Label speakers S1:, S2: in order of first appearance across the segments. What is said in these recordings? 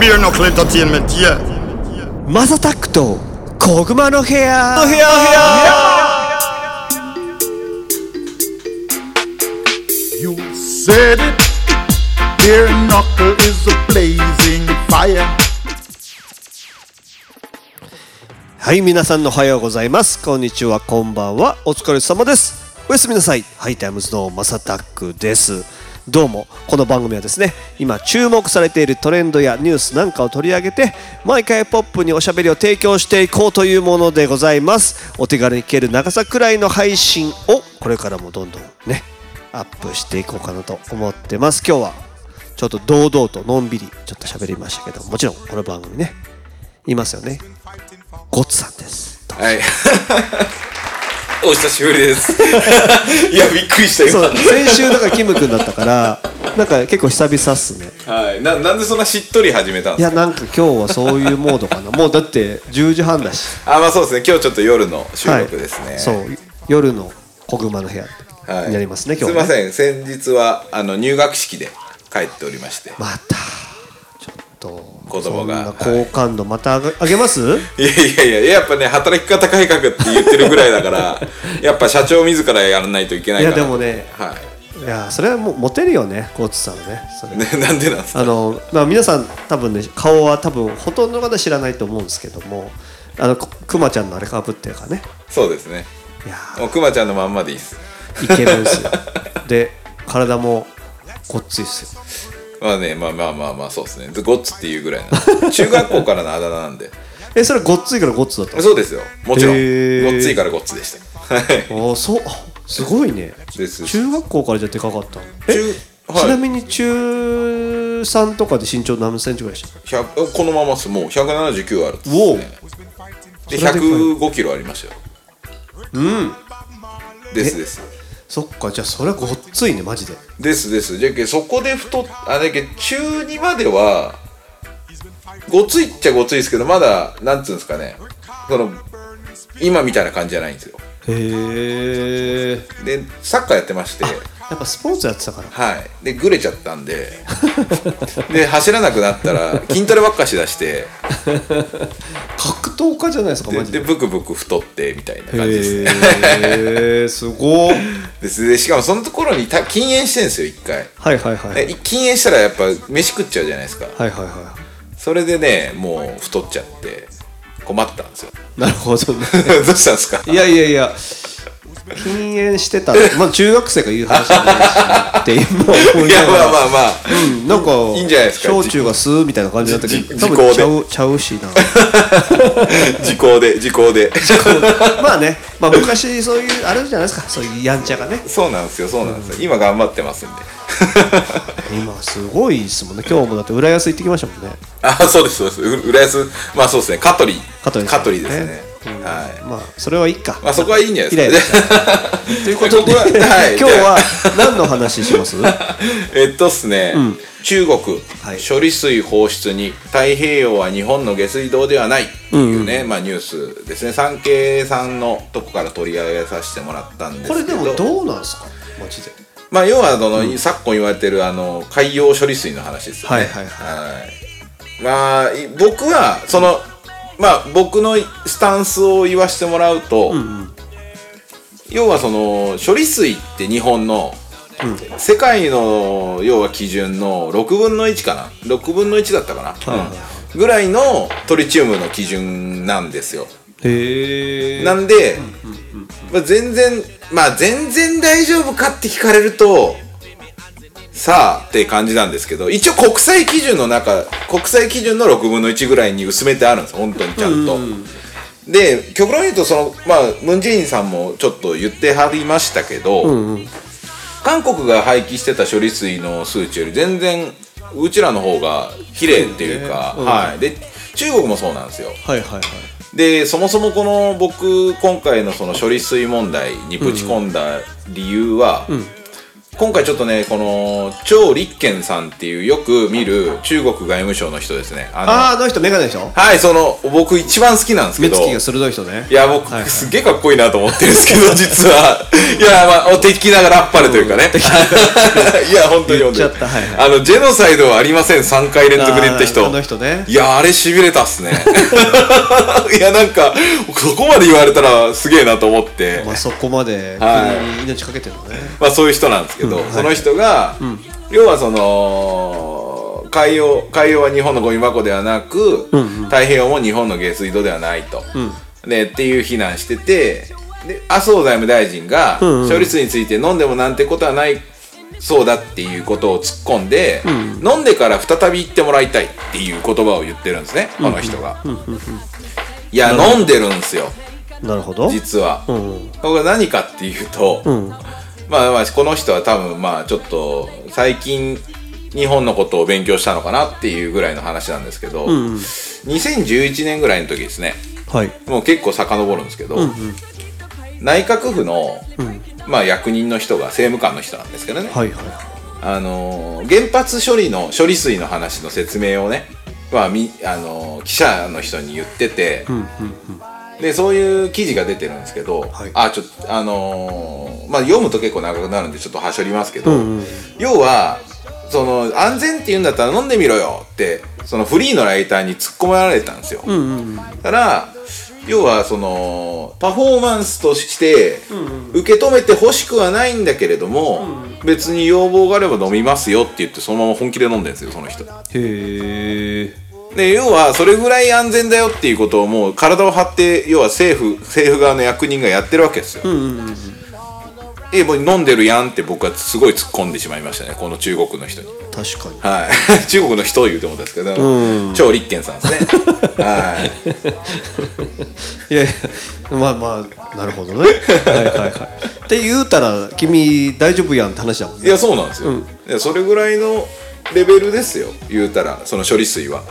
S1: ビールのクリプトチームチェ
S2: マサタックと小熊の部屋の部屋
S3: You said it. Beer knuckle is a blazing fire.
S2: はい皆さんおはようございますこんにちはこんばんはお疲れ様ですおやすみなさいハイタイムズのマサタックですどうもこの番組はですね今注目されているトレンドやニュースなんかを取り上げて毎回ポップにおしゃべりを提供していこうというものでございますお手軽に聞ける長さくらいの配信をこれからもどんどんねアップしていこうかなと思ってます今日はちょっと堂々とのんびりちょっと喋りましたけどもちろんこの番組ねいますよねゴッツさんです。
S4: はい。 お久しぶりです。 いや、びっくりした、
S2: そう
S4: 今。
S2: 先週だからキム君だったからなんか結構久々っすね。
S4: はい。な、なんでそんなしっとり始めたん
S2: い
S4: です
S2: やなんか今日はそういうモードかな。もうだって10時半だし。
S4: かあ、まあそうですね。今日ちょっと夜の収録ですね。
S2: はい、そう夜の小熊の部屋
S4: はい。
S2: になりますね、
S4: す
S2: 今
S4: い
S2: 日は
S4: ま
S2: ね、
S4: せん。先日は、あの、入学式で帰っておりまして。
S2: またちょっと
S4: 子供が
S2: そんな好感度また上げ上げます？
S4: いやいやいや、やっぱね、働き方改革って言ってるぐらいだ から、やっぱ社長自らやらないといけない
S2: い
S4: か
S2: や
S4: ら。
S2: でもね
S4: はい
S2: やそれはもうモテるよねゴッツさんはね。それ
S4: い。ね、なんでなんですか
S2: あのまあ、皆さん多分ね顔は多分ほとんどの方知らないと思うんですけどもあのくまちゃんのあれかぶってるからね
S4: そうですね。
S2: いやー
S4: もう、くまちゃんのまんまでいいです。
S2: イケメンです よで体もこっついっすよ
S4: まあね、まあまあまあまあ、そうですね。ゴッツっていうぐらいな。中学校からのあだ名なんで。
S2: えそれごっついからごっつだった
S4: そうですよ。もちろん。
S2: へ
S4: ご
S2: ー
S4: っついからごっつでした。はい。
S2: のあそうあすごいね
S4: です
S2: 中学校からじゃでかかったのえ、
S4: 中はい
S2: ちなみに中3とかで身長何センチぐらいでした
S4: 100このままです。もう179あるっつって
S2: おお
S4: で、
S2: それはでかい
S4: 105キロありましたよ。うん。ですです。
S2: そっかじゃあそれはごっついねマジで
S4: ですです。じゃけそこで太っ、あ、だけ中2までは、ごついっちゃごついですけど、まだ、なんつうんですかね。その、今みたいな感じじゃないんですよ。
S2: へえ
S4: で、サッカーやってまして、
S2: やっぱスポーツやってたから
S4: はい、でぐれちゃったんでで走らなくなったら筋トレばっかしだして
S2: 格闘家じゃないですかマ
S4: で
S2: ジ
S4: で
S2: で
S4: ブクブク太ってみたいな感じですね
S2: へえすごっ
S4: ですでしかもそのところにた禁煙してんですよ一回
S2: はいはいはいはい
S4: で禁煙したらやっぱ飯食っちゃうじゃないですか
S2: はいは
S4: それでねもう太っちゃって困ったんですよ
S2: いなるほどね
S4: どうしたんですか
S2: いやいやいや禁煙して たまあ中学生が言う話じゃないしって今思
S4: い
S2: いな
S4: や
S2: が
S4: まあ
S2: ら
S4: まあまあ
S2: うん、なんか
S4: いいんじゃないですか
S2: 小中が吸うみたいな感じだったけど
S4: じ
S2: 多
S4: 時効
S2: 分
S4: で
S2: ちゃうちゃうしな
S4: 時効で時効で
S2: まあね、まあ、昔そういうあるじゃないですかそういうやんちゃがね
S4: そうなんですよそうなんですよ今頑張ってますんで
S2: 今すごいですもんね今日もだって浦安行ってきましたもんね
S4: あそうですそうですう浦安まあそうですね香取
S2: 香取さん
S4: 香取ですね
S2: うん
S4: はい
S2: まあそれはいいか
S4: まあそこはいいんじゃない
S2: イライラ
S4: です
S2: し
S4: か、ね。
S2: ということで、
S4: ここははい
S2: 今日は何の話します は
S4: えっとっすね、中国、
S2: はい
S4: 処理水放出に太平洋は日本の下水道ではないっていうね、まあニュースですね。産経さんのとこから取り上げさせてもらったんです
S2: こ
S4: けど、
S2: れでもどうなんですかマジで
S4: まあ要はその、昨今言われてるあの海洋処理水の話ですよね。
S2: はいはい
S4: はいまあい僕はそのまあ僕のスタンスを言わしてもらうと、要はその処理水って日本の、世界の要は基準の6分の1かな6分の1だったかな、
S2: はいはい
S4: うんぐらいのトリチウムの基準なんですよ。
S2: へえ
S4: なんで、まあ、全然まあ全然大丈夫かって聞かれるとさあって感じなんですけど一応国際基準の中国際基準の6分の1ぐらいに薄めてあるんです本当にちゃんと。で極論言うとその、まあ、ムン・ジェインさんもちょっと言ってはりましたけど、韓国が廃棄してた処理水の数値より全然うちらの方が綺麗っていうか、
S2: そうねうん
S4: はい、で中国もそうなんですよ。
S2: はいはいはい
S4: でそもそもこの僕今回のその処理水問題にぶち込んだ理由は、今回ちょっとねこの張立健さんっていうよく見る中国外務省の人ですねあの
S2: あーあの人メガネでしょ
S4: はいその僕一番好きなんです
S2: 目
S4: けど
S2: つきが鋭い人ね
S4: いや僕、
S2: はいはい
S4: すげえかっこいいなと思ってるんですけ ど実はいやまあお敵ながらあっぱれというかね、 いや本当に
S2: 言
S4: 本
S2: っちゃ
S4: 当
S2: っ
S4: に
S2: たはいはい
S4: あのジェノサイドはありません3回連続で言った人
S2: あーあの人ね
S4: いやあれしびれたっすね いやなんかそこまで言われたらすげえなと思って
S2: まあそこまで
S4: はい
S2: 国に命かけてるのね
S4: まあそういう人なんですけど、その人が、要はその海洋海洋は日本のゴミ箱ではなく、太平洋も日本の下水道ではないと、ね、っていう非難しててで麻生財務大臣が
S2: んうん
S4: 処理水について飲んでもなんてことはないそうだっていうことを突っ込んで、飲んでから再び行ってもらいたいっていう言葉を言ってるんですねこの人が。いや飲んでるんですよ
S2: なるほど
S4: 実は。
S2: うん
S4: これ何かっていうと、
S2: うん
S4: まあまあこの人は多分まあちょっと最近日本のことを勉強したのかなっていうぐらいの話なんですけど、
S2: うん
S4: 2011年ぐらいの時ですね
S2: はい
S4: もう結構遡るんですけど、内閣府の、まあ、役人の人が政務官の人なんですけどね、
S2: はいはい
S4: あのー原発処理の処理水の話の説明をね、まあみあのー記者の人に言ってて、
S2: うんうん
S4: でそういう記事が出てるんですけど、
S2: はい
S4: あちょっとあのーまあ読むと結構長くなるんでちょっとはしょりますけど、
S2: うんうん
S4: 要はその安全って言うんだったら飲んでみろよってそのフリーのライターに突っ込められたんですよ、
S2: うんうん
S4: だから要はそのパフォーマンスとして受け止めてほしくはないんだけれども、別に要望があれば飲みますよって言ってそのまま本気で飲んでるんですよその人
S2: へえ
S4: で要はそれぐらい安全だよっていうことをもう体を張って要は政府政府側の役人がやってるわけですよ、えもう飲んでるやんって僕はすごい突っ込んでしまいましたねこの中国の人に
S2: 確かに
S4: はい 中国の人を言うてもらったんですけど張立健さんですねは い
S2: いやいやまあまあなるほどねはいはいはいって言うたら君大丈夫やんって話だもん
S4: い
S2: ね
S4: やそうなんですよ、いやそれぐらいのレベルですよ言うたらその処理水は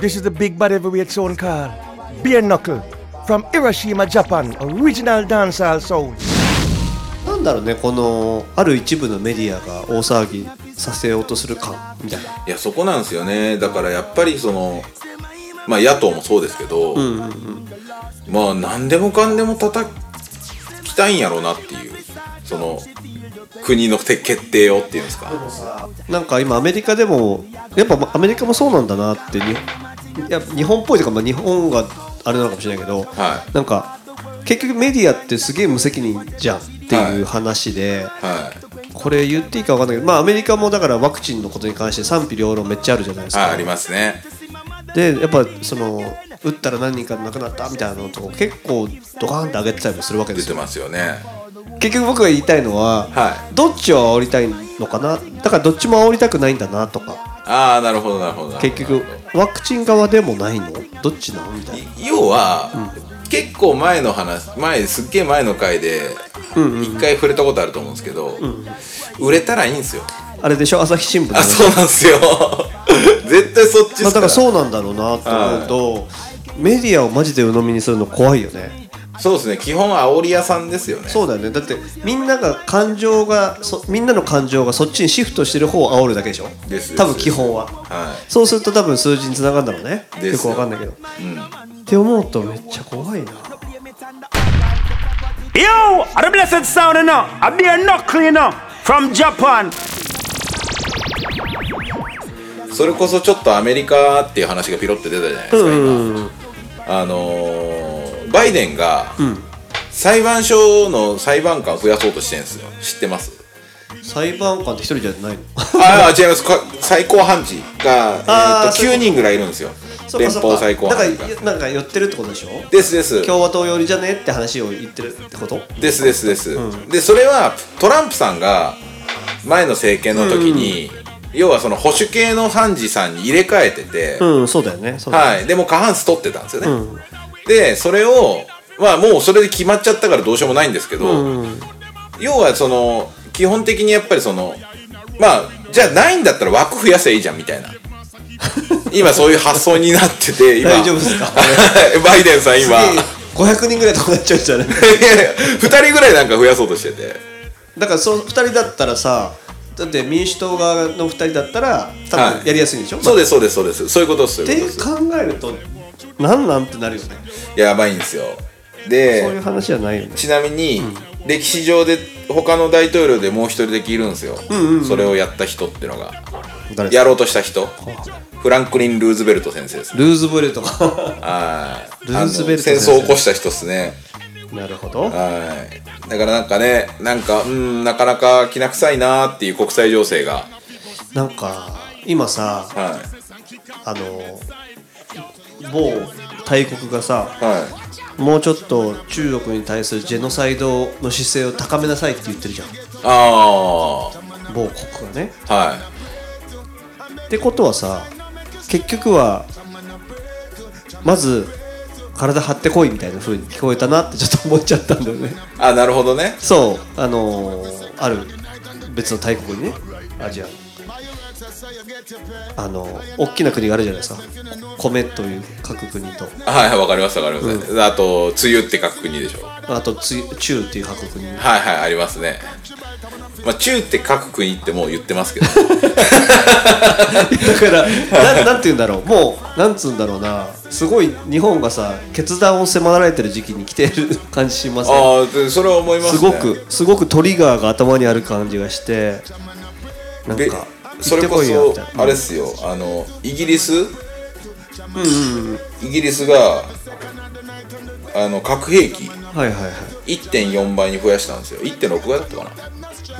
S5: This is the big bad overreaction called Beer Knuckle from Hiroshima, Japan. Original dancehall sound.
S2: なんだろうねこのある一部のメディアが大騒ぎさせようとする感みたいない
S4: やそこなんですよねだからやっぱりそのまあ野党もそうですけど、まあ何でもかんでも叩きたいんやろうなっていうその国の決定をっていうんですか
S2: なんか今アメリカでもやっぱアメリカもそうなんだなってにいや日本っぽいというか、まあ、日本があれなのかもしれないけど、
S4: はい
S2: なんか結局メディアってすげえ無責任じゃんっていう話で、
S4: はい
S2: これ言っていいか分かんないけど、まあ、アメリカもだからワクチンのことに関して賛否両論めっちゃあるじゃないですか。
S4: はいありますね
S2: でやっぱその打ったら何人か亡くなったみたいなのとか結構ドカーンって上げてたりもするわけで
S4: 出
S2: す
S4: て
S2: よ
S4: ますよね
S2: 結局僕が言いたいのは、
S4: は
S2: どっちを煽りたいのかなだからどっちも煽りたくないんだなとか
S4: ああなるほどなるほどなるほど
S2: 結局ワクチン側でもないのどっちなのみたいな
S4: 要は、結構前の話前すっげえ前の回で一回触れたことあると思うんですけど、売れたらいいんですよ
S2: あれでしょ朝日新聞の
S4: あそうなんですよ 絶対そっち
S2: ま
S4: っ
S2: あ、だから
S4: すか
S2: らそうなんだろうなと思うと、メディアをマジで鵜呑みにするの怖いよね
S4: そうですね基本煽り屋さんですよね
S2: そうだよねだってみんなが感情がそみんなの感情がそっちにシフトしてる方を煽るだけでしょ
S4: ですです
S2: 多分基本は
S4: は
S2: そうすると多分数字につながるんだろうね
S4: ですよ
S2: よくわかんないけど
S4: い、うん、
S2: って思うとめっちゃ怖いな
S6: Yo, are the blessed sound enough. I be a knuckle enough from Japan.
S4: それこそちょっとアメリカっていう話がピロって出たじゃないですか、今あのーバイデンが裁判所の裁判官を増やそうとしてるんですよ知ってます
S2: 裁判官って一人じゃないの
S4: ああ違いますか最高判事が、え
S2: あー
S4: ー、と
S2: そういうこと
S4: 9人ぐらいいるんですよ
S2: そう
S4: 連
S2: かそうか
S4: 邦最高
S2: だ
S4: 判事が
S2: からなんか寄ってるってことでしょ
S4: ですです
S2: 共和党寄りじゃねって話を言ってるってこと
S4: ですですです、でそれはトランプさんが前の政権の時に、要はその保守系の判事さんに入れ替えてて、
S2: うんそうだよねそうだよね
S4: はいでも過半数取ってたんですよね、でそれをまあもうそれで決まっちゃったからどうしようもないんですけど、要はその基本的にやっぱりそのまあじゃあないんだったら枠増やせばいいじゃんみた いな今そういう発想になってて今
S2: 大丈夫ですか
S4: バイデンさん今
S2: 次500人ぐらいとかなっちゃうんじゃない
S4: いやいや2人ぐらいなんか増やそうとしてて
S2: だからその2人だったらさだって民主党側の2人だったら多
S4: は
S2: 分やりやすいんでしょ、
S4: そうですそうですそうですそういうことですそういうこと
S2: っ
S4: で
S2: て
S4: す
S2: 考えるとなんなんってなるよね
S4: やばいんですよ
S2: そういう
S4: で
S2: 話じゃないよね
S4: ちなみに、歴史上で他の大統領でもう一人だけいるんですよ、それをやった人ってのが
S2: 誰
S4: やろうとした人フランクリン・ルーズベルト先生ですね
S2: ルーズベルト か
S4: はい
S2: ルーズベルト
S4: あ
S2: 先
S4: の
S2: 生
S4: 戦争を起こした人ですね
S2: なるほど
S4: はいだからなんかねなんかうんなかなかきな臭いなーっていう国際情勢が
S2: なんか今さ
S4: は
S2: あの某大国がさ
S4: いは
S2: もうちょっと中国に対するジェノサイドの姿勢を高めなさいって言ってるじゃん
S4: いあ
S2: 某国がね
S4: あはい
S2: ってことはさ結局はまず体張ってこいみたいな風に聞こえたなってちょっと思っちゃったんだよね
S4: あなるほどね
S2: そうあのーある別の大国にねアジアあのー大きな国があるじゃないですか米という各国と
S4: はいはいわかりますわかります、あと梅雨って書く国でしょは
S2: あとつ中っていう各国
S4: いはいありますねまあ中って書く国ってもう言ってますけ ど
S2: だからななんて言うんだろうもうなんつうんだろうなすごい日本がさ決断を迫られてる時期に来てる感じしますね
S4: ああでそれは思いますす
S2: ご
S4: ね
S2: くすごくトリガーが頭にある感じがしてなん
S4: で
S2: か
S4: そ
S2: 行っ
S4: れ
S2: て
S4: こ
S2: こいよみ
S4: そ
S2: たいな
S4: あれっすよあのイギリスイギリスがあの核兵器
S2: はいはいはい
S4: 1.4倍に増やしたんですよ1.6倍だったかな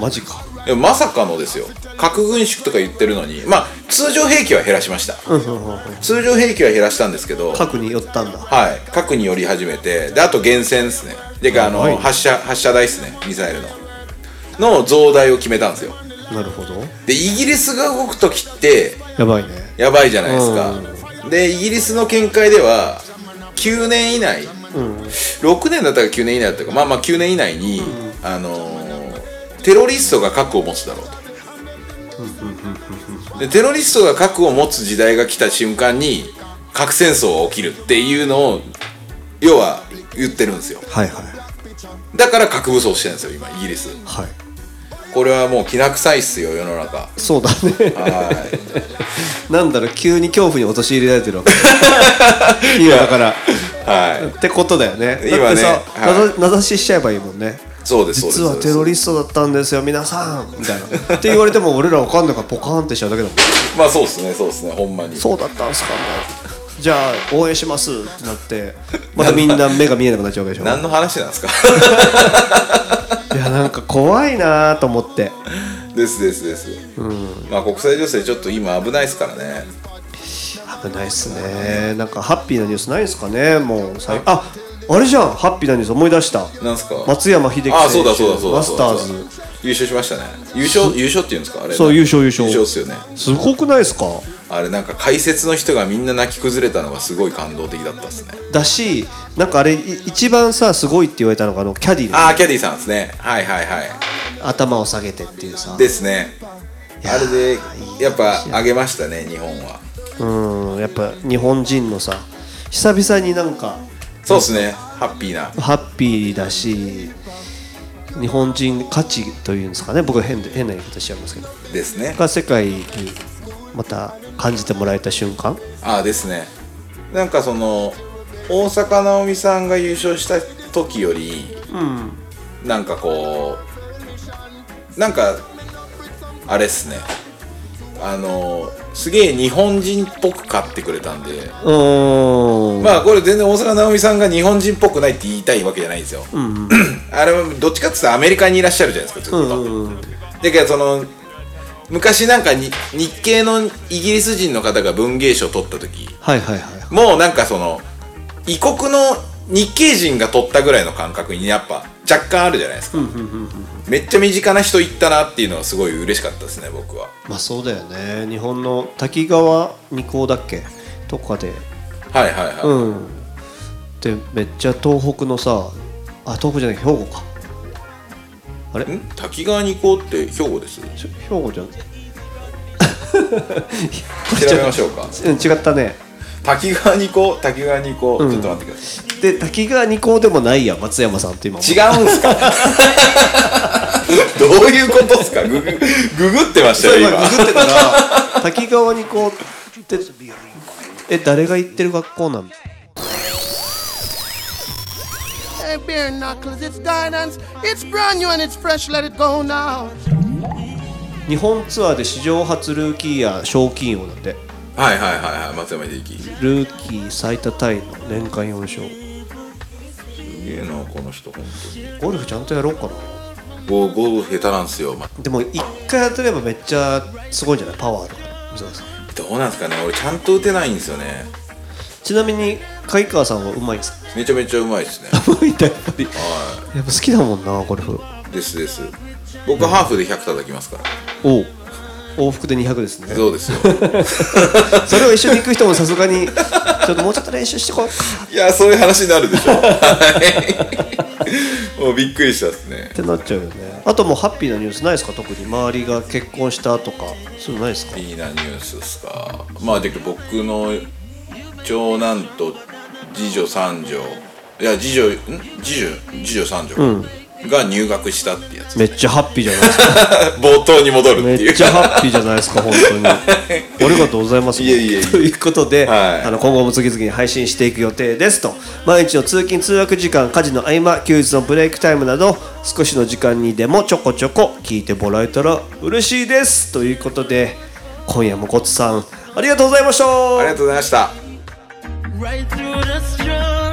S2: マジか
S4: でもまさかのですよ核軍縮とか言ってるのにまあ通常兵器は減らしました
S2: うんうんうんうん
S4: 通常兵器は減らしたんですけど
S2: 核に寄ったんだ
S4: はい核により始めてであと源泉ですねでかあの、
S2: はい
S4: 発射発射台ですねミサイルのの増大を決めたんですよ
S2: なるほど
S4: でイギリスが動く時って
S2: やばいね
S4: やばいじゃないですか、でイギリスの見解では9年以内、6年だったか9年以内だったかまあまあ9年以内に、あのーテロリストが核を持つだろうと、でテロリストが核を持つ時代が来た瞬間に核戦争が起きるっていうのを要は言ってるんですよ
S2: はいはい
S4: だから核武装してるんですよ今イギリス
S2: はい
S4: これはもうきな臭いっすよ世の中
S2: そうだね
S4: は い
S2: なんだろう急に恐怖に陥れられてるわ け今だから
S4: はい
S2: ってことだよね
S4: 今ね
S2: だってさ、
S4: はい
S2: 名指名指ししちゃえばいいもんね
S4: そうですそうです
S2: 実はテロリストだったんですよ皆さんみたいなって言われても俺らわかんないからポカーンってしちゃうだけだもん
S4: まあそうですねそうですねほんまに
S2: そうだったんすかねじゃあ応援しますってな ってまたみんな目が見えなくなっちゃうわけでしょ
S4: 何の話なんですか
S2: いやなんか怖いなと思って
S4: ですですです、まあ国際情勢ちょっと今危ないですからね
S2: 危ないっすねなんかハッピーなニュースないですかねもう最ああれじゃんハッピーなニュース思い出した
S4: なんすか
S2: 松山英樹選手
S4: あそうだそうだそうだ
S2: マスター
S4: そうだ
S2: ズ
S4: そうだ優勝しましたね優勝優勝っていうんですかあれ
S2: そう優勝優勝
S4: 優勝っすよね
S2: すごくないですか
S4: あれなんか解説の人がみんな泣き崩れたのがすごい感動的だったですね
S2: だしなんかあれい一番さすごいって言われたのがあのキャディの
S4: ああキャディさんですねはいはいはい
S2: 頭を下げてっていうさ
S4: ですね
S2: や
S4: あれでやっぱ上げましたね日本は
S2: うんやっぱ日本人のさ久々になんか
S4: そうですねハッピーな
S2: ハッピーだし日本人価値というんですかね僕は変で変な言い方しちゃいますけど
S4: ですね
S2: が世界にまた感じてもらえた瞬間
S4: ああですねなんかその大坂なおみさんが優勝した時より、なんかこうなんかあれっすねあのすげえ日本人っぽく買ってくれたんで
S2: うーん、
S4: まあこれ全然大坂なおみさんが日本人っぽくないって言いたいわけじゃないんですよ、あれはどっちかって言ったらアメリカにいらっしゃるじゃないですかずっと、だけどその昔なんかに日系のイギリス人の方が文芸賞取った時
S2: はいはいはい
S4: もうなんかその異国の日系人が取ったぐらいの感覚にやっぱ若干あるじゃないですかめっちゃ身近な人行ったなっていうのはすごい嬉しかったですね僕は
S2: まあそうだよね日本の滝川二高だっけとかで
S4: はいはいはい、
S2: うんでめっちゃ東北のさあ東北じゃない兵庫かあれ
S4: ん滝川に行こうって兵庫です
S2: ちょ兵庫じゃん調
S4: 調べましょうか
S2: うん違ったね
S4: 滝川に行こう滝川に行こう、ちょっと待ってください
S2: で滝川二高でもないや松山さんって今思う
S4: 違うんすかどういうことですかググググってました
S2: そう
S4: よ
S2: 今
S4: 今
S2: ググってたら滝川にこうってえ誰が行ってる学校なの
S7: Hey, bare knuckles, it's guidance. It's brand new and it's fresh. Let it go now.
S2: 日本ツアーで史上初ルーキーイヤー賞金王なんで
S4: はいはいはいはい松山英樹す
S2: ルーキー最多タイの年間4勝
S4: げえなこの人本
S2: ゴルフちゃんとやろうかな
S4: 当ゴゴルフ下手なんすよ、ま
S2: でも一回当てればめっちゃすごいんじゃないパワーあるから水川さん
S4: どうなんすかね俺ちゃんと打てないんですよね
S2: ちなみに貝川さんはうまいんですか
S4: めちゃめちゃうま いですね
S2: うまいんだやっぱりやっぱ好きだもんなゴルフ
S4: ですです僕ハーフで100叩きますから
S2: おう往復で200ですね
S4: そう ですよ
S2: それを一緒に行く人もさすがにちょっともうちょっと練習してこうか
S4: いやそういう話にな るでしょはい もうびっくりしたっすね
S2: ってなっちゃうよねあともうハッピーなニュースないですか特に周りが結婚したとかそういうのないですか
S4: いいなニュースっすかまあで僕の長男と次女三女いや次女ん次女次女三女、が入学したってやつ
S2: めっちゃハッピーじゃないですか
S4: 冒頭に戻るって
S2: め
S4: いう
S2: っちゃハッピーじゃないですか本当 にありがとうございます
S4: いえいえいえ
S2: ということで、
S4: はい
S2: あの今後も次々に配信していく予定ですと毎日の通勤通学時間家事の合間休日のブレイクタイムなど少しの時間にでもちょこちょこ聞いてもらえたら嬉しいですということで今夜もごつさんありがとうございました
S4: ありがとうございました
S7: Right through the stroke.